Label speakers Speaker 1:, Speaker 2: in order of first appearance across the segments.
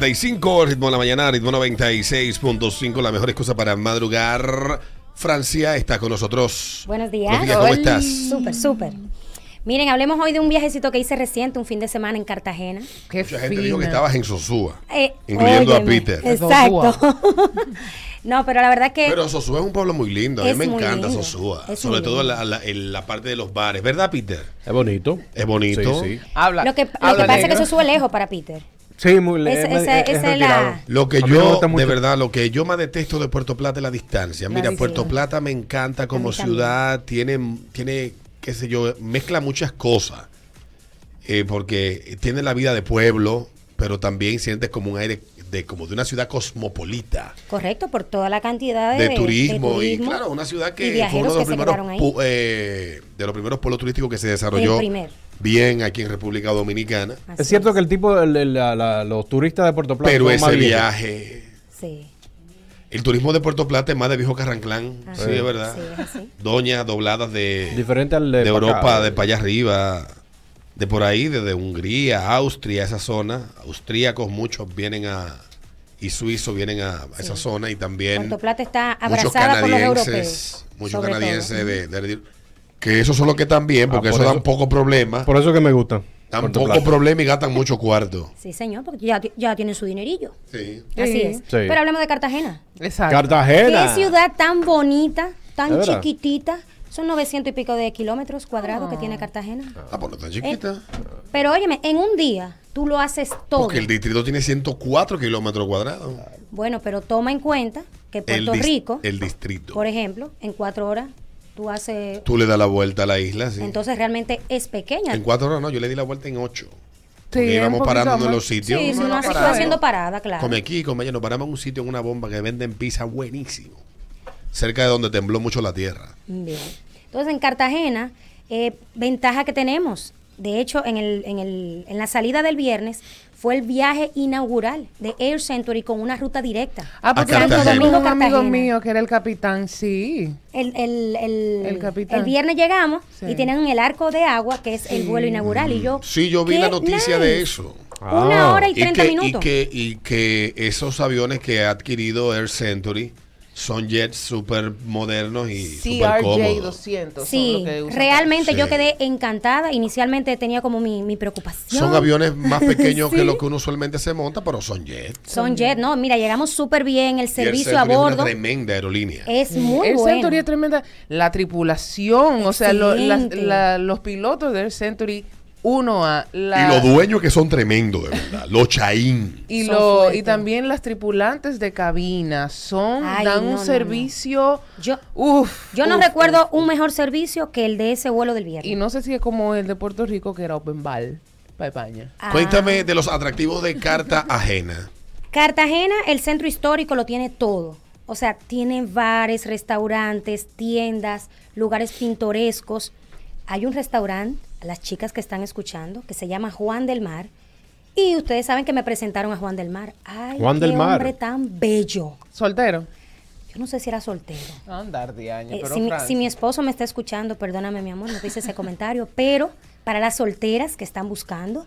Speaker 1: 9.35, ritmo de la mañana, ritmo 96.5, la mejor excusa para madrugar. Francia está con nosotros.
Speaker 2: Buenos días.
Speaker 1: Buenos días, ¿cómo
Speaker 2: Hola.
Speaker 1: estás?
Speaker 2: Súper, súper. Miren, hablemos hoy de un viajecito que hice reciente, un fin de semana en Cartagena.
Speaker 3: Qué
Speaker 1: Mucha gente dijo que estabas en Sosúa,
Speaker 2: Eh,
Speaker 1: incluyendo a
Speaker 2: óyeme,
Speaker 1: Peter.
Speaker 2: Exacto. no, pero la verdad que
Speaker 1: Pero Sosúa es un pueblo muy lindo, a mí
Speaker 2: Es
Speaker 1: me
Speaker 2: muy
Speaker 1: encanta
Speaker 2: lindo,
Speaker 1: Sosúa.
Speaker 2: es
Speaker 1: Sobre
Speaker 2: muy
Speaker 1: todo
Speaker 2: lindo.
Speaker 1: la, la- en la parte de los bares, ¿verdad, Peter?
Speaker 4: Es bonito.
Speaker 1: Es bonito.
Speaker 4: Sí, sí.
Speaker 3: Habla.
Speaker 2: lo que, lo
Speaker 3: habla
Speaker 2: que pasa es que
Speaker 3: negro.
Speaker 2: eso sube lejos para Peter.
Speaker 4: Sí, muy le-
Speaker 2: Esa-
Speaker 4: es-
Speaker 2: esa-
Speaker 4: es- es
Speaker 2: esa es la-
Speaker 4: retirado.
Speaker 1: Lo que
Speaker 4: A mí me
Speaker 1: yo,
Speaker 4: gusta mucho.
Speaker 1: de verdad, lo que yo más detesto de Puerto Plata es la distancia.
Speaker 2: La
Speaker 1: Mira, Puerto
Speaker 2: distancia.
Speaker 1: Plata me encanta como
Speaker 2: mí también.
Speaker 1: ciudad, tiene, tiene, qué sé yo, mezcla muchas cosas. Eh, porque tiene la vida de pueblo, pero también sientes como un aire de como de una ciudad cosmopolita
Speaker 2: Correcto, por toda la cantidad Eh, de,
Speaker 1: de turismo, y
Speaker 2: turismo
Speaker 1: claro una ciudad
Speaker 2: y
Speaker 1: que fue
Speaker 2: viajeros
Speaker 1: uno de los
Speaker 2: que se
Speaker 1: primeros
Speaker 2: quedaron ahí.
Speaker 1: pu- eh, de los primeros polos turísticos que se desarrolló
Speaker 2: El primer.
Speaker 1: bien aquí en República Dominicana
Speaker 2: Así
Speaker 4: Es cierto que el tipo, el- el- la- la- los turistas de Puerto Plata.
Speaker 1: pero
Speaker 4: son
Speaker 1: ese
Speaker 4: más viejos.
Speaker 1: viaje
Speaker 2: Sí.
Speaker 1: el turismo de Puerto Plata es más de viejo Carranclán
Speaker 2: Ah,
Speaker 1: sí,
Speaker 2: sí.
Speaker 1: es verdad
Speaker 2: Sí, es así.
Speaker 1: doñas dobladas de
Speaker 4: Diferente al de
Speaker 1: de
Speaker 4: pa' acá. eh.
Speaker 1: Europa de para allá arriba de por ahí desde Hungría Austria esa zona austríacos muchos vienen a y suizos vienen a, a esa zona y también
Speaker 2: Puerto Plata está
Speaker 1: muchos
Speaker 2: abrazada por los
Speaker 1: canadienses,
Speaker 2: europeos.
Speaker 1: muchos
Speaker 2: sobre todo.
Speaker 1: canadienses de, de- que esos son los que están bien, porque
Speaker 4: Ah, por
Speaker 1: eso, dan
Speaker 4: eso-
Speaker 1: poco problema,
Speaker 4: Por eso que me gusta.
Speaker 1: dan
Speaker 4: Puerto
Speaker 1: poco
Speaker 4: Plata.
Speaker 1: problema y gastan mucho cuarto.
Speaker 2: Sí, señor, porque ya, ya tienen su dinerillo.
Speaker 1: Sí.
Speaker 2: Así es. Pero hablemos de Cartagena.
Speaker 3: Exacto.
Speaker 4: Cartagena.
Speaker 2: Qué ciudad tan bonita,
Speaker 4: Es
Speaker 2: tan
Speaker 4: verdad.
Speaker 2: chiquitita. Son 900 y pico de kilómetros cuadrados que tiene Cartagena.
Speaker 1: Ah, pues no
Speaker 2: Eh,
Speaker 1: tan chiquita.
Speaker 2: Pero óyeme, en un día tú lo haces todo.
Speaker 1: Porque el distrito tiene 104 kilómetros cuadrados.
Speaker 2: Bueno, pero toma en cuenta
Speaker 1: El,
Speaker 2: que Puerto
Speaker 1: dis-
Speaker 2: Rico,
Speaker 1: el distrito.
Speaker 2: por e- ejemplo, en cuatro horas tú haces...
Speaker 1: Tú le das la vuelta a la isla, sí.
Speaker 2: Entonces realmente es pequeña.
Speaker 1: en cuatro horas no, yo le di la vuelta en ocho.
Speaker 3: Sí,
Speaker 1: Porque
Speaker 3: era un
Speaker 1: íbamos
Speaker 3: poquito
Speaker 1: parando en
Speaker 3: más.
Speaker 1: los
Speaker 2: sí,
Speaker 1: sitios.
Speaker 2: sí,
Speaker 3: no
Speaker 2: no,
Speaker 3: la
Speaker 2: hace-
Speaker 3: parada.
Speaker 2: haciendo parada, claro.
Speaker 1: Come aquí, come allá. Nos paramos en un sitio en una bomba que venden pizza buenísimo. Cerca de donde tembló mucho la tierra.
Speaker 2: Bien. Entonces, en Cartagena, eh, ventaja que tenemos. De hecho, en, el, en, el, en la salida del viernes fue el viaje inaugural de Air Century con una ruta directa.
Speaker 3: Ah, porque
Speaker 1: A
Speaker 3: era
Speaker 1: Cartagena.
Speaker 3: un amigo
Speaker 2: Cartagena.
Speaker 3: mío que era el capitán, sí.
Speaker 2: El, el, el,
Speaker 3: El capitán.
Speaker 2: el viernes llegamos
Speaker 3: Sí.
Speaker 2: y tienen el arco de agua, que es el vuelo inaugural. Y yo,
Speaker 1: Mm. Sí, yo vi
Speaker 2: qué
Speaker 1: la noticia de
Speaker 2: nice.
Speaker 1: eso.
Speaker 2: Una
Speaker 4: Ah.
Speaker 2: hora y 30
Speaker 1: que,
Speaker 2: minutos.
Speaker 1: Y que, y que esos aviones que ha adquirido Air Century son jets súper modernos y súper cómodos.
Speaker 3: CRJ200.
Speaker 2: sí, realmente
Speaker 1: Sí.
Speaker 2: yo quedé encantada. Inicialmente tenía como mi, mi preocupación.
Speaker 1: Son aviones más pequeños que los que uno usualmente se monta, pero son jets.
Speaker 2: Son jet, no, mira, llegamos súper bien, el
Speaker 1: Y Air
Speaker 2: servicio a
Speaker 1: Century es
Speaker 2: bordo Eh,
Speaker 1: una tremenda aerolínea.
Speaker 2: es muy
Speaker 3: el
Speaker 2: bueno.
Speaker 3: Century es tremenda. La tripulación, o sea, lo- las-
Speaker 2: Excelente.
Speaker 3: la- los pilotos del Century 1A. La,
Speaker 1: Y los dueños que son tremendos, de verdad. los Chaín.
Speaker 3: y,
Speaker 2: Son
Speaker 3: lo-
Speaker 2: fuertes.
Speaker 3: y también las tripulantes de cabina son
Speaker 2: Ay,
Speaker 3: dan
Speaker 2: no,
Speaker 3: un
Speaker 2: no, no.
Speaker 3: servicio
Speaker 2: Yo-
Speaker 3: uf,
Speaker 2: Yo no
Speaker 3: uf,
Speaker 2: recuerdo
Speaker 3: uf.
Speaker 2: un mejor servicio que el de ese vuelo del viernes.
Speaker 3: y no sé si es como el de Puerto Rico que era open bar para España
Speaker 2: Ah,
Speaker 1: Cuéntame de los atractivos de carta ajena.
Speaker 2: Cartagena, el centro histórico lo tiene todo. O sea, tiene bares, restaurantes, tiendas, lugares pintorescos. Hay un restaurante, a las chicas que están escuchando, que se llama Juan del Mar. Y ustedes saben que me presentaron a Juan del Mar. Ay,
Speaker 4: Juan
Speaker 2: qué
Speaker 4: del Mar.
Speaker 2: hombre tan bello.
Speaker 3: soltero
Speaker 2: Yo no sé si era soltero.
Speaker 3: andar de año
Speaker 2: Eh, si, mi, si mi esposo me está escuchando, perdóname mi amor, no te hice ese comentario, pero para las solteras que están buscando,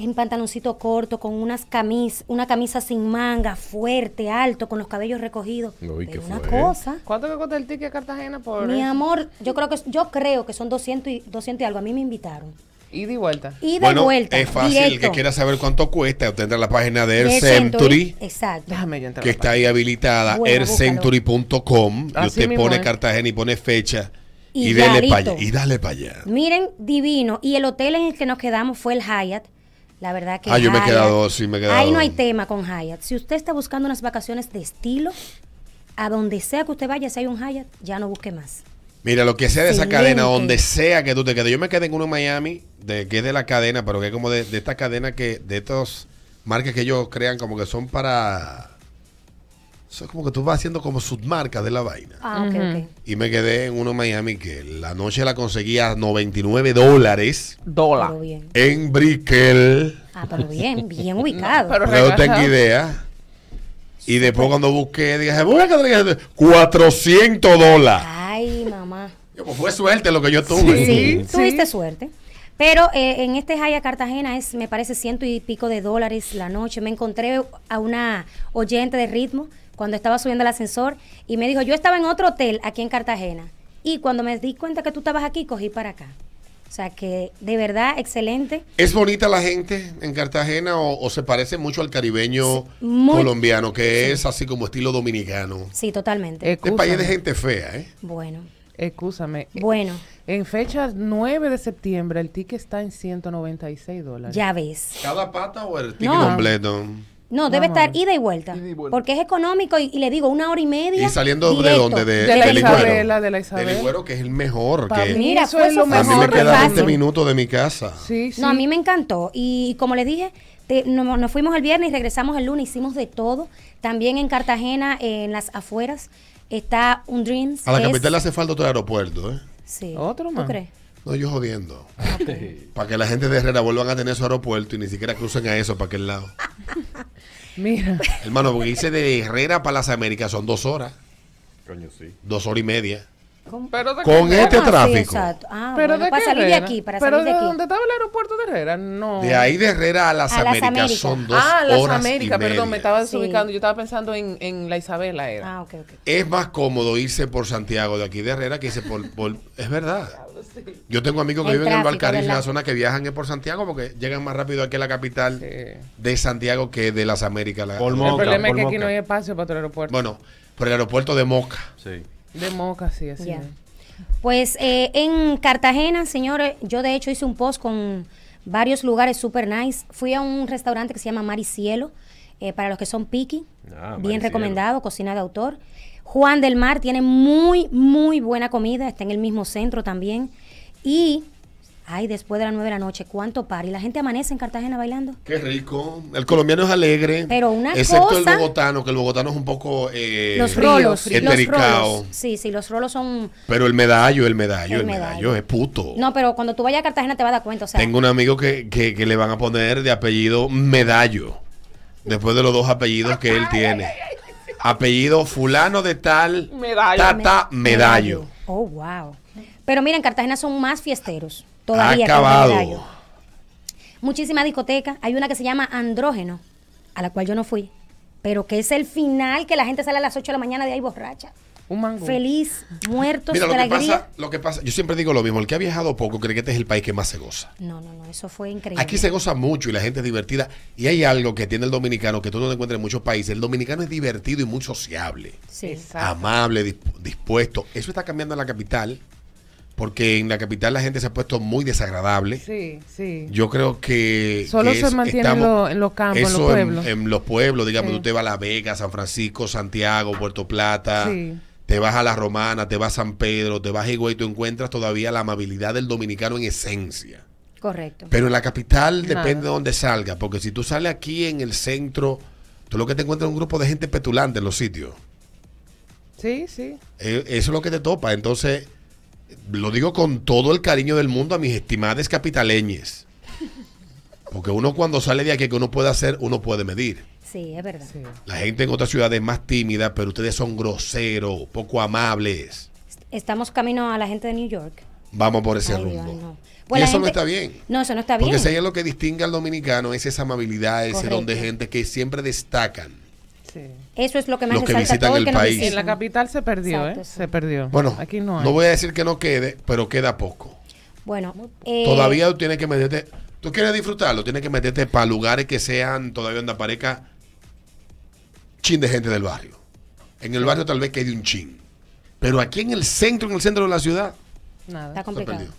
Speaker 2: en pantaloncito corto, con unas camis, una camisa sin manga, fuerte, alto, con los cabellos recogidos.
Speaker 4: Uy,
Speaker 2: Pero
Speaker 4: ¿qué
Speaker 2: una
Speaker 4: fue?
Speaker 2: cosa,
Speaker 3: ¿Cuánto que cuesta el ticket a Cartagena por
Speaker 2: mi
Speaker 3: eso?
Speaker 2: amor, yo creo que yo creo que son 200 y, 200 y algo, a mí me invitaron.
Speaker 3: ida y vuelta?
Speaker 2: Y de
Speaker 1: bueno,
Speaker 2: vuelta,
Speaker 1: es fácil. El que
Speaker 2: directo.
Speaker 1: quiera saber cuánto cuesta, usted entra a la página de Air
Speaker 2: Del
Speaker 1: Century.
Speaker 2: Exacto.
Speaker 3: Déjame yo entrar.
Speaker 1: que está ahí habilitada,
Speaker 2: Bueno,
Speaker 1: aircentury.com. Y
Speaker 3: Así
Speaker 1: usted
Speaker 3: mismo
Speaker 1: pone
Speaker 3: es.
Speaker 1: Cartagena y pone fecha. Y,
Speaker 2: Y
Speaker 1: dale
Speaker 2: clarito.
Speaker 1: para allá. Y dale para allá.
Speaker 2: Miren, divino. Y el hotel en el que nos quedamos fue el Hyatt. La verdad que.
Speaker 1: Ah, yo me he
Speaker 2: Hyatt-
Speaker 1: quedado, sí, me he quedado.
Speaker 2: Ahí no hay tema con Hyatt. Si usted está buscando unas vacaciones de estilo, a donde sea que usted vaya, si hay un Hyatt, ya no busque más.
Speaker 1: Mira, lo que sea de esa
Speaker 2: Excelente.
Speaker 1: cadena, donde sea que tú te quedes. Yo me quedé en uno en Miami, de, que es de la cadena, pero que es como de, de esta cadena que, de estas marcas que ellos crean, como que son para. Eso es como que tú vas haciendo como submarcas de la vaina.
Speaker 2: Ah, ok, ok.
Speaker 1: Y me quedé en uno en Miami que la noche la conseguía a 99 dólares
Speaker 3: Dólar.
Speaker 2: Pero bien.
Speaker 1: en Brickell.
Speaker 2: Ah, pero bien, bien ubicado.
Speaker 3: pero-
Speaker 1: Pero no
Speaker 3: regalado.
Speaker 1: tengo idea. Y después cuando busqué, dije, voy a quedar 400 dólares.
Speaker 2: Ay, mamá.
Speaker 1: Yo, pues, fue suerte lo que yo tuve.
Speaker 3: Sí, sí.
Speaker 2: Tuviste suerte. Pero eh, en este Jaya Cartagena es, me parece, ciento y pico de dólares la noche. Me encontré a una oyente de ritmo cuando estaba subiendo el ascensor y me dijo, yo estaba en otro hotel aquí en Cartagena. Y cuando me di cuenta que tú estabas aquí, cogí para acá. O sea que, de verdad, excelente.
Speaker 1: ¿Es bonita la gente en Cartagena o, o se parece mucho al caribeño
Speaker 2: Sí, muy-
Speaker 1: colombiano, que es así como estilo dominicano?
Speaker 2: Sí, totalmente.
Speaker 3: Eh,
Speaker 1: Este país es de
Speaker 3: Escúchame.
Speaker 1: gente fea, ¿eh?
Speaker 2: Bueno,
Speaker 3: Excúsame.
Speaker 2: bueno,
Speaker 3: En fecha 9 de septiembre, el ticket está en 196 dólares.
Speaker 2: ya ves.
Speaker 1: ¿Cada pata o el ticket
Speaker 2: No.
Speaker 1: completo?
Speaker 2: No, debe
Speaker 3: Vamos.
Speaker 2: estar ida y vuelta.
Speaker 4: Ida y vuelta.
Speaker 2: Porque es económico y, y le digo una hora y media.
Speaker 1: ¿Y saliendo de
Speaker 2: directo.
Speaker 1: dónde? De,
Speaker 3: De la
Speaker 1: del
Speaker 3: Isabela,
Speaker 1: Higüero.
Speaker 3: de la Isabela.
Speaker 1: Del Higüero, que es el mejor.
Speaker 3: Pa'
Speaker 1: que-
Speaker 3: mí
Speaker 2: Mira,
Speaker 3: eso
Speaker 2: fue
Speaker 3: es lo
Speaker 2: su
Speaker 1: a mí me
Speaker 3: mejor.
Speaker 2: queda
Speaker 1: quedan
Speaker 2: fácil.
Speaker 1: 20 minutos de mi casa.
Speaker 3: Sí, sí.
Speaker 2: No, a mí me encantó. Y como les dije, te- no- nos, fuimos el viernes y regresamos el lunes, hicimos de todo. También en Cartagena, eh, en las afueras, está un Dreams.
Speaker 1: A la
Speaker 2: que es-
Speaker 1: capital le hace falta otro aeropuerto, ¿eh?
Speaker 2: Sí.
Speaker 3: Otro más.
Speaker 2: ¿Tú crees?
Speaker 1: No, yo jodiendo. Para que la gente de Herrera vuelvan a tener su aeropuerto y ni siquiera crucen a eso para aquel lado.
Speaker 3: Mira,
Speaker 1: Hermano, porque hice de Herrera para las Américas son dos horas,
Speaker 5: Coño, sí.
Speaker 1: dos horas y media.
Speaker 2: ¿Cómo?
Speaker 3: pero de
Speaker 1: Con
Speaker 3: qué-
Speaker 1: este
Speaker 2: Ah, sí,
Speaker 1: tráfico.
Speaker 2: exacto. Ah,
Speaker 3: pero
Speaker 2: bueno,
Speaker 3: de
Speaker 2: para
Speaker 3: qué
Speaker 2: salir de
Speaker 3: Herrera?
Speaker 2: aquí, para
Speaker 3: pero
Speaker 2: salir de
Speaker 3: de
Speaker 2: aquí.
Speaker 3: dónde estaba el aeropuerto de Herrera, no.
Speaker 1: De ahí de Herrera a las,
Speaker 2: Oh. A las
Speaker 1: Américas,
Speaker 2: Américas.
Speaker 1: son dos
Speaker 3: ah, las
Speaker 1: horas
Speaker 3: Américas,
Speaker 1: y media.
Speaker 3: perdón, me estaba
Speaker 2: Sí.
Speaker 3: desubicando. Yo estaba pensando en, en la Isabela era.
Speaker 2: Ah, ok, ok.
Speaker 1: Es más cómodo irse por Santiago de aquí de Herrera que irse por... por- es verdad. Yo tengo amigos que
Speaker 2: El
Speaker 1: viven en el
Speaker 2: tráfico,
Speaker 1: Valcarís, en la
Speaker 2: ¿verdad?
Speaker 1: zona que viajan es por Santiago porque llegan más rápido aquí a la capital
Speaker 3: Eh,
Speaker 1: de Santiago que de las Américas. La-
Speaker 4: Por
Speaker 3: el
Speaker 4: Moca,
Speaker 3: problema es
Speaker 4: por
Speaker 3: que aquí
Speaker 4: Moca.
Speaker 3: no hay espacio para otro aeropuerto.
Speaker 1: bueno, por el aeropuerto de Moca.
Speaker 5: Sí.
Speaker 3: De Moca, sí, así.
Speaker 2: Ya.
Speaker 3: es.
Speaker 2: Pues eh, en Cartagena, señores, yo de hecho hice un post con varios lugares super nice. Fui a un restaurante que se llama Mar y Cielo, eh, para los que son piqui,
Speaker 5: Ah, Mar y
Speaker 2: bien
Speaker 5: Cielo.
Speaker 2: recomendado, cocina de autor. Juan del Mar tiene muy, muy buena comida, está en el mismo centro también. Y, ay, después de las nueve de la noche, ¿cuánto par? Y la gente amanece en Cartagena bailando.
Speaker 1: Qué rico. El colombiano es alegre.
Speaker 2: Pero una
Speaker 1: excepto
Speaker 2: cosa-
Speaker 1: el bogotano, que el bogotano es un poco. eh,
Speaker 2: Los
Speaker 3: frío,
Speaker 2: rolos,
Speaker 3: frío.
Speaker 2: los
Speaker 1: Etericao.
Speaker 2: rolos. Sí, sí, los rolos son...
Speaker 1: Pero el medallo, el medallo, el,
Speaker 2: El
Speaker 1: medallo.
Speaker 2: medallo.
Speaker 1: es puto.
Speaker 2: No, pero cuando tú vayas a Cartagena te vas a dar cuenta, o sea...
Speaker 1: Tengo un amigo que, que- que le van a poner de apellido medallo. Después de los dos apellidos que él tiene. Apellido fulano de tal.
Speaker 3: Medallo.
Speaker 1: Tata medallo.
Speaker 2: Oh, wow. Pero mira, en Cartagena son más fiesteros. Todavía que en Medallo.
Speaker 1: Acabado.
Speaker 2: Muchísimas discotecas. Hay una que se llama Andrógeno, a la cual yo no fui. Pero que es el final, que la gente sale a las 8 de la mañana de ahí borracha.
Speaker 3: Un mango.
Speaker 2: Feliz, muertos
Speaker 1: Oh. Mira, lo
Speaker 2: de
Speaker 1: que,
Speaker 2: alegría.
Speaker 1: pasa, lo que pasa, yo siempre digo lo mismo, el que ha viajado poco cree que este es el país que más se goza.
Speaker 2: No, no, no, eso fue increíble.
Speaker 1: Aquí se goza mucho y la gente es divertida. Y hay algo que tiene el dominicano que tú no lo encuentras en muchos países. El dominicano es divertido y muy sociable.
Speaker 2: Sí.
Speaker 3: Exacto.
Speaker 1: amable, disp- dispuesto. Eso está cambiando en la capital, porque en la capital la gente se ha puesto muy desagradable.
Speaker 3: Sí, sí.
Speaker 1: Yo creo que...
Speaker 3: Solo
Speaker 1: que
Speaker 3: se mantiene en lo- en los campos, en los
Speaker 1: eso
Speaker 3: pueblos.
Speaker 1: en los pueblos, digamos,
Speaker 3: Sí.
Speaker 1: tú te vas a La Vega, San Francisco, Santiago, Puerto Plata,
Speaker 3: Sí.
Speaker 1: te vas a La Romana, te vas a San Pedro, te vas a Higüey, tú encuentras todavía la amabilidad del dominicano en esencia.
Speaker 2: Correcto.
Speaker 1: Pero en la capital
Speaker 3: Nada.
Speaker 1: depende de dónde salga, porque si tú sales aquí en el centro, tú lo que te encuentras es un grupo de gente petulante en los sitios.
Speaker 3: Sí, sí.
Speaker 1: Eh, Eso es lo que te topa. Entonces, lo digo con todo el cariño del mundo a mis estimadas capitaleñes. Porque uno cuando sale de aquí, que uno puede hacer, uno puede medir.
Speaker 2: Sí, es verdad.
Speaker 3: sí.
Speaker 1: La gente en otras ciudades es más tímida, pero ustedes son groseros, poco amables.
Speaker 2: Estamos camino a la gente de New York.
Speaker 1: Vamos por ese
Speaker 2: Ay, Dios,
Speaker 1: rumbo.
Speaker 2: no.
Speaker 1: y
Speaker 2: Pues la
Speaker 1: eso no
Speaker 2: gente-
Speaker 1: está bien.
Speaker 2: No, eso no está bien.
Speaker 1: Porque si hay algo que distingue al dominicano es esa amabilidad, ese
Speaker 2: Correcto.
Speaker 1: don de gente que siempre destacan.
Speaker 3: sí.
Speaker 2: Eso es lo que más
Speaker 1: Los que
Speaker 2: resalta
Speaker 1: visitan
Speaker 2: todo
Speaker 1: el
Speaker 2: el que nos
Speaker 1: país.
Speaker 3: En
Speaker 2: visita.
Speaker 3: la capital se perdió,
Speaker 2: Exacto,
Speaker 3: ¿eh?
Speaker 2: sí.
Speaker 3: Se perdió.
Speaker 1: Bueno,
Speaker 3: aquí no hay.
Speaker 1: voy a decir que no quede, pero queda poco.
Speaker 2: Bueno, eh,
Speaker 1: Todavía tú tienes que meterte. Tú quieres disfrutarlo, tienes que meterte para lugares que sean todavía onda pareja chin de gente del barrio. En el barrio tal vez quede un chin. Pero aquí en el centro, en el centro de la ciudad,
Speaker 2: Está
Speaker 3: Nada.
Speaker 2: complicado.
Speaker 1: perdido.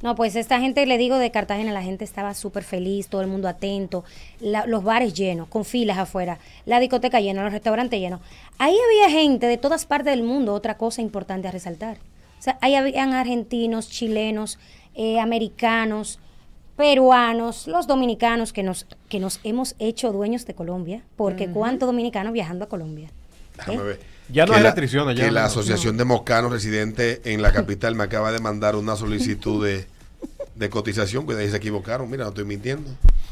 Speaker 2: No, pues esta gente, le digo, de Cartagena, la gente estaba súper feliz, todo el mundo atento, la- los bares llenos, con filas afuera, la discoteca llena, los restaurantes llenos. Ahí había gente de todas partes del mundo, otra cosa importante a resaltar. O sea, ahí habían argentinos, chilenos, eh, americanos, peruanos, los dominicanos que nos, que nos hemos hecho dueños de Colombia, porque cuánto dominicano viajando a Colombia.
Speaker 1: déjame
Speaker 2: ¿Eh?
Speaker 1: ver.
Speaker 4: Ya no
Speaker 1: Que
Speaker 4: hay
Speaker 1: la-
Speaker 4: restricciones, ya
Speaker 1: Que la
Speaker 4: no.
Speaker 1: Asociación de Moscanos Residentes en la capital me acaba de mandar una solicitud de, de cotización. Cuidado, ahí se equivocaron. Mira, no estoy mintiendo.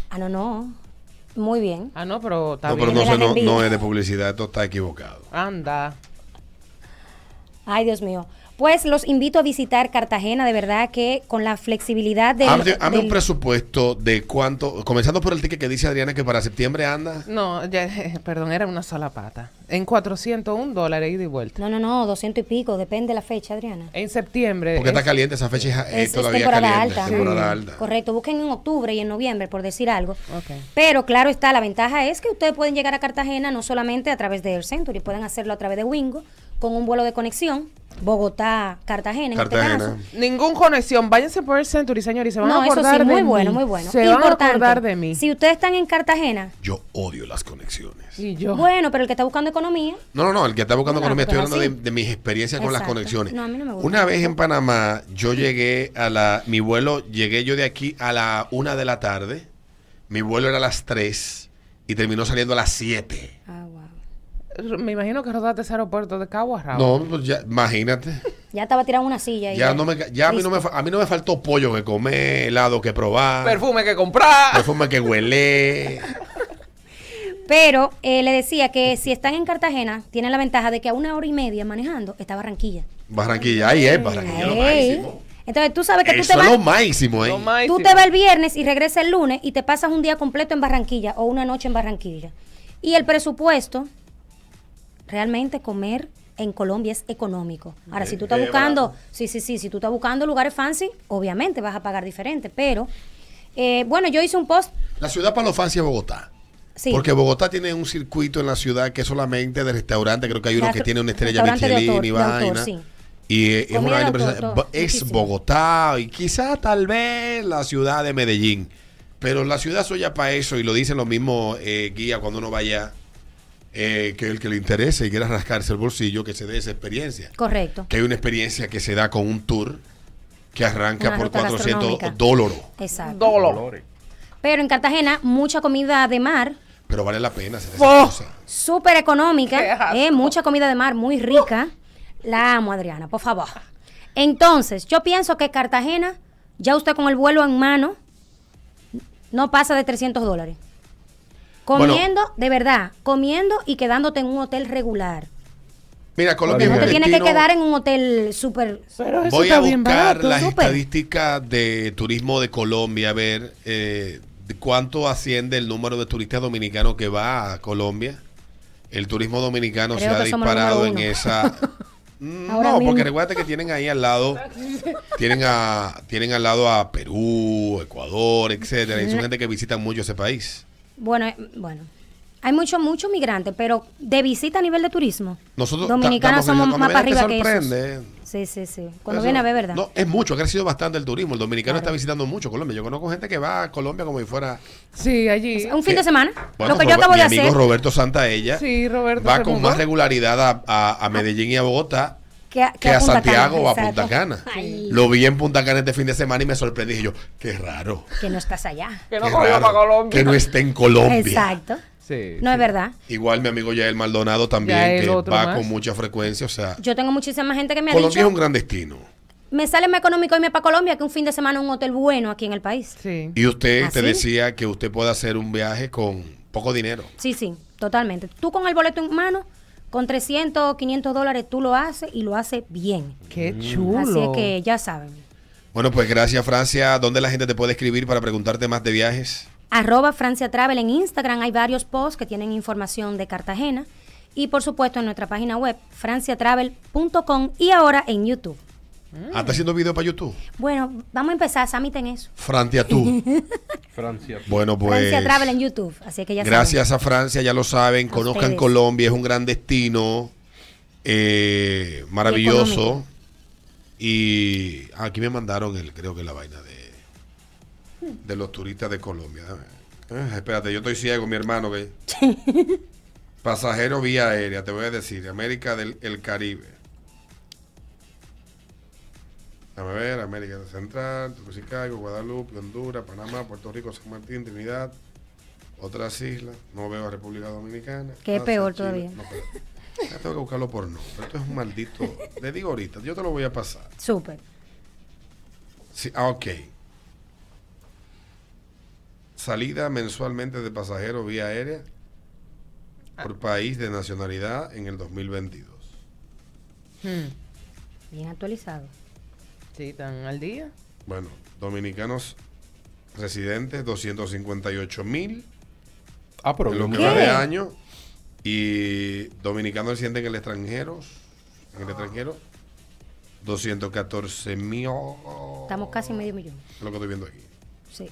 Speaker 2: Ah, no, no. Muy bien.
Speaker 3: Ah, no, pero está
Speaker 1: No, pero
Speaker 3: bien.
Speaker 1: no,
Speaker 2: Me
Speaker 1: sé,
Speaker 2: las
Speaker 1: no,
Speaker 2: envío.
Speaker 1: no es de publicidad, esto está equivocado.
Speaker 3: Anda.
Speaker 2: Ay, Dios mío. Pues los invito a visitar Cartagena, de verdad que con la flexibilidad de...
Speaker 1: Hazme hazme un
Speaker 2: del-
Speaker 1: presupuesto de cuánto, comenzando por el ticket que dice Adriana que para septiembre anda.
Speaker 3: No, ya, perdón, era una sola pata. En 401 dólares ida y vuelta.
Speaker 2: No, no, no, 200 y pico, depende de la fecha, Adriana.
Speaker 3: En septiembre.
Speaker 1: Porque está
Speaker 3: es-
Speaker 1: caliente esa fecha, es, eh,
Speaker 2: Es, es
Speaker 1: todavía
Speaker 2: temporada
Speaker 1: caliente.
Speaker 2: alta.
Speaker 1: Temporada
Speaker 2: Sí.
Speaker 1: alta.
Speaker 2: Correcto, busquen en octubre y en noviembre, por decir algo.
Speaker 3: Ok.
Speaker 2: Pero claro está, la ventaja es que ustedes pueden llegar a Cartagena no solamente a través de Air Century, pueden hacerlo a través de Wingo con un vuelo de conexión, Bogotá-Cartagena en
Speaker 1: Cartagena.
Speaker 2: este caso.
Speaker 3: Ningún conexión. Váyanse por el Century, señor, y se van
Speaker 2: No,
Speaker 3: a
Speaker 2: eso
Speaker 3: acordar
Speaker 2: sí, muy
Speaker 3: de
Speaker 2: bueno,
Speaker 3: mí.
Speaker 2: muy bueno.
Speaker 3: Se van a acordar de mí.
Speaker 2: Si ustedes están en Cartagena,
Speaker 1: Yo odio las conexiones.
Speaker 3: Y yo.
Speaker 2: bueno, pero el que está buscando economía,
Speaker 1: No, no, no, el que está buscando
Speaker 2: No,
Speaker 1: economía, estoy
Speaker 2: pero
Speaker 1: hablando de,
Speaker 2: así.
Speaker 1: de mis experiencias con las
Speaker 2: Exacto.
Speaker 1: conexiones.
Speaker 2: No, a mí no me gusta.
Speaker 1: Una vez en Panamá, yo llegué a la. Mi vuelo, llegué yo de aquí a la una de la tarde. Mi vuelo era a las 3 y terminó saliendo a las 7.
Speaker 2: ah, wow.
Speaker 3: R- Me imagino que rodaste ese aeropuerto de Cabo a Rabo.
Speaker 1: No, pues ya, imagínate.
Speaker 2: ya estaba tirando una silla. y
Speaker 1: Ya, no me, ca- ya a, mí no me,
Speaker 2: Listo.
Speaker 1: fa- a mí no me faltó pollo que comer, helado que probar,
Speaker 3: Perfume que comprar.
Speaker 1: perfume que huele.
Speaker 2: Pero eh, le decía que si están en Cartagena, tienen la ventaja de que a una hora y media manejando está Barranquilla.
Speaker 1: Barranquilla, ahí es, Barranquilla, lo
Speaker 2: Ey.
Speaker 1: máximo.
Speaker 2: Entonces tú sabes que tú
Speaker 1: Eso
Speaker 2: te
Speaker 1: es lo
Speaker 2: vas...
Speaker 1: máximo, ¿eh?
Speaker 3: Lo más-
Speaker 2: Tú te vas el viernes y regresas el lunes y te pasas un día completo en Barranquilla o una noche en Barranquilla. Y el presupuesto, realmente comer en Colombia es económico. Ahora, si tú estás
Speaker 1: Eh,
Speaker 2: buscando,
Speaker 1: barato.
Speaker 2: sí, sí, sí, si tú estás buscando lugares fancy, obviamente vas a pagar diferente. Pero, eh, bueno, yo hice un post,
Speaker 1: La ciudad para los fans es Bogotá.
Speaker 2: sí,
Speaker 1: Porque Bogotá tiene un circuito en la ciudad que es solamente de restaurantes. Creo que hay uno
Speaker 2: La-
Speaker 1: que tiene una estrella
Speaker 2: restaurante de
Speaker 1: Michelin
Speaker 2: autor-
Speaker 1: y
Speaker 2: de autor,
Speaker 1: vaina.
Speaker 2: sí.
Speaker 1: Y eh, es
Speaker 2: Comida
Speaker 1: una vaina
Speaker 2: de autor,
Speaker 1: impresionante.
Speaker 2: todo,
Speaker 1: Bo- Es
Speaker 2: riquísimo.
Speaker 1: Bogotá y quizá tal vez la ciudad de Medellín. Pero la ciudad suya para eso y lo dicen los mismos eh, guías cuando uno vaya. eh, que el que le interese y quiera rascarse el bolsillo, que se dé esa experiencia.
Speaker 2: correcto.
Speaker 1: Que hay una experiencia que se da con un tour que arranca
Speaker 2: Una
Speaker 1: por
Speaker 2: ruta
Speaker 1: 400
Speaker 2: gastronómica.
Speaker 1: dólares.
Speaker 2: Exacto.
Speaker 3: Dolo.
Speaker 2: Pero en Cartagena, mucha comida de mar,
Speaker 1: Pero vale la pena hacer
Speaker 3: Oh.
Speaker 1: esa cosa.
Speaker 2: súper
Speaker 3: Qué
Speaker 2: económica,
Speaker 3: asco.
Speaker 2: eh, mucha comida de mar, muy rica. La amo, Adriana, por favor. Entonces, yo pienso que Cartagena, ya usted con el vuelo en mano, no pasa de 300 dólares.
Speaker 1: Bueno.
Speaker 2: Comiendo, de verdad, comiendo y quedándote en un hotel regular.
Speaker 1: Mira, Colombia
Speaker 4: Porque
Speaker 1: es un
Speaker 2: No te tienes que
Speaker 1: destino-
Speaker 2: quedar en un hotel súper...
Speaker 3: Pero eso
Speaker 1: Voy
Speaker 3: está
Speaker 1: a
Speaker 3: bien
Speaker 1: buscar
Speaker 3: barato.
Speaker 1: las
Speaker 2: súper.
Speaker 1: estadísticas de turismo de Colombia, a ver eh, de cuánto asciende el número de turistas dominicanos que va a Colombia. El turismo dominicano
Speaker 2: Creo
Speaker 1: se ha
Speaker 2: que somos el
Speaker 1: disparado en
Speaker 2: número uno.
Speaker 1: esa... Mm,
Speaker 2: Ahora
Speaker 1: No, porque
Speaker 2: mismo.
Speaker 1: recuerda que tienen ahí al lado, tienen a, tienen al lado a Perú, Ecuador, etcétera, y son gente que visita mucho ese país.
Speaker 2: Bueno, eh, bueno. Hay mucho, mucho migrante, pero de visita a nivel de turismo.
Speaker 1: Nosotros ta-
Speaker 2: dominicanos
Speaker 1: estamos
Speaker 2: somos
Speaker 1: en-
Speaker 2: más para
Speaker 1: cuando
Speaker 2: arriba
Speaker 1: viene
Speaker 2: que
Speaker 1: te
Speaker 2: esos.
Speaker 1: sorprende, eh.
Speaker 2: Sí, sí, sí. Cuando
Speaker 1: Eso-
Speaker 2: viene a ver, ¿verdad?
Speaker 1: No, es mucho, ha crecido bastante el turismo. El dominicano está visitando mucho Colombia. Yo conozco gente que va a Colombia como si fuera
Speaker 3: Sí, allí.
Speaker 2: Un fin de semana.
Speaker 1: eh, Bueno,
Speaker 2: lo que
Speaker 1: Robert-
Speaker 2: yo acabo
Speaker 1: mi
Speaker 2: de
Speaker 1: amigo
Speaker 2: hacer.
Speaker 1: Roberto Santaella
Speaker 3: Sí, Roberto.
Speaker 1: va
Speaker 3: se
Speaker 1: con
Speaker 3: mudó.
Speaker 1: más regularidad a, a- a Medellín y a Bogotá
Speaker 2: que a, Ah. que
Speaker 1: que
Speaker 2: a
Speaker 1: a
Speaker 2: Punta
Speaker 1: Santiago o a
Speaker 2: Cana,
Speaker 1: Punta
Speaker 2: exacto.
Speaker 1: Cana.
Speaker 2: Ay,
Speaker 1: Lo vi en Punta Cana este fin de semana y me sorprendí. Dije yo, qué raro.
Speaker 2: que no estás allá.
Speaker 3: Que
Speaker 1: qué
Speaker 3: no cogió
Speaker 1: raro
Speaker 3: para Colombia.
Speaker 1: que no esté en Colombia.
Speaker 2: Exacto.
Speaker 4: Sí.
Speaker 2: No es verdad.
Speaker 1: Igual mi amigo Yael Maldonado también,
Speaker 3: Yael,
Speaker 1: que
Speaker 3: otro
Speaker 1: va
Speaker 3: más.
Speaker 1: con mucha frecuencia. O sea,
Speaker 2: Yo tengo muchísima gente que me ha
Speaker 1: Colombia es
Speaker 2: dicho,
Speaker 1: un gran destino.
Speaker 2: me sale más económico irme para Colombia que un fin de semana en un hotel bueno aquí en el país.
Speaker 3: Sí.
Speaker 1: Y usted
Speaker 2: ¿Ah,
Speaker 1: te
Speaker 2: sí?
Speaker 1: decía que usted puede hacer un viaje con poco dinero.
Speaker 2: Sí, sí, totalmente. Tú con el boleto en mano, con 300 o 500 dólares, tú lo haces y lo haces bien.
Speaker 3: Qué chulo.
Speaker 2: Así es que ya saben.
Speaker 1: Bueno, pues gracias, Francia. ¿Dónde la gente te puede escribir para preguntarte más de viajes?
Speaker 2: Arroba Francia Travel en Instagram. Hay varios posts que tienen información de Cartagena. Y por supuesto en nuestra página web, franciatravel.com y ahora en YouTube. Mm.
Speaker 1: Ah, ¿Está haciendo video para YouTube?
Speaker 2: Bueno, vamos a empezar, Sammy, ten eso.
Speaker 1: Frante a tú.
Speaker 4: Francia.
Speaker 1: Bueno, pues.
Speaker 2: Francia Travel en YouTube. Así que ya
Speaker 1: Gracias a Francia, ya lo saben.
Speaker 2: A
Speaker 1: Conozcan
Speaker 2: ustedes.
Speaker 1: Colombia, es un gran destino. eh, maravilloso. Y aquí me mandaron el, creo que la vaina de de los turistas de Colombia. Dame. Eh, espérate, yo estoy ciego, mi hermano. ve. Pasajero vía aérea, te voy a decir. América del el Caribe. Déjame ver, América Central, Tucumán, Guadalupe, Honduras, Panamá, Puerto Rico, San Martín, Trinidad, otras islas. No veo a República Dominicana.
Speaker 2: Que es
Speaker 1: Francia,
Speaker 2: peor
Speaker 1: Chile.
Speaker 2: todavía.
Speaker 1: No, espérate. Ya tengo que buscarlo por no. Esto es un maldito. Le digo ahorita, yo te lo voy a pasar.
Speaker 2: saben. Súper.
Speaker 1: Sí, ah, ok. Salida mensualmente de pasajeros vía aérea
Speaker 2: Ah.
Speaker 1: por país de nacionalidad en el 2022.
Speaker 3: Hmm.
Speaker 2: Bien actualizado.
Speaker 3: Sí, están al día.
Speaker 1: Bueno, dominicanos residentes, 258 mil
Speaker 4: Ah, pero
Speaker 1: en lo que
Speaker 2: ¿Qué?
Speaker 1: va de año. Y dominicanos residentes en el extranjero, en el extranjero, 214 mil.
Speaker 2: Estamos casi en medio millón.
Speaker 1: Es lo que estoy viendo aquí.
Speaker 2: Sí.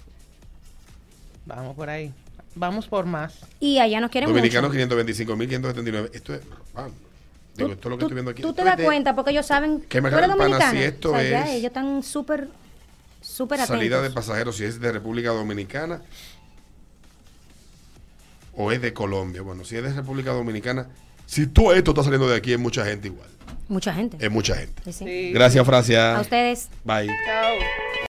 Speaker 3: Vamos por ahí. Vamos por más.
Speaker 2: Y allá nos quieren
Speaker 1: Dominicanos,
Speaker 2: mucho.
Speaker 1: 525 mil, 579. Esto es. ah, digo, esto es lo que estoy viendo aquí.
Speaker 2: Tú
Speaker 1: Esto
Speaker 2: te
Speaker 1: es
Speaker 2: das
Speaker 1: de
Speaker 2: cuenta porque ellos saben
Speaker 1: Que me
Speaker 2: tú eres
Speaker 1: hagan pana,
Speaker 2: dominicana.
Speaker 1: si esto
Speaker 2: o sea, ya
Speaker 1: es-
Speaker 2: ellos están súper, súper atentos.
Speaker 1: Salida de pasajeros, si es de República Dominicana o es de Colombia. Bueno, si es de República Dominicana, si todo esto está saliendo de aquí, es mucha gente igual. Eh,
Speaker 2: Mucha gente.
Speaker 1: Es mucha gente.
Speaker 2: Sí, sí.
Speaker 3: Sí.
Speaker 1: Gracias,
Speaker 2: A
Speaker 1: Francia.
Speaker 2: ustedes.
Speaker 1: Bye.
Speaker 3: Chao.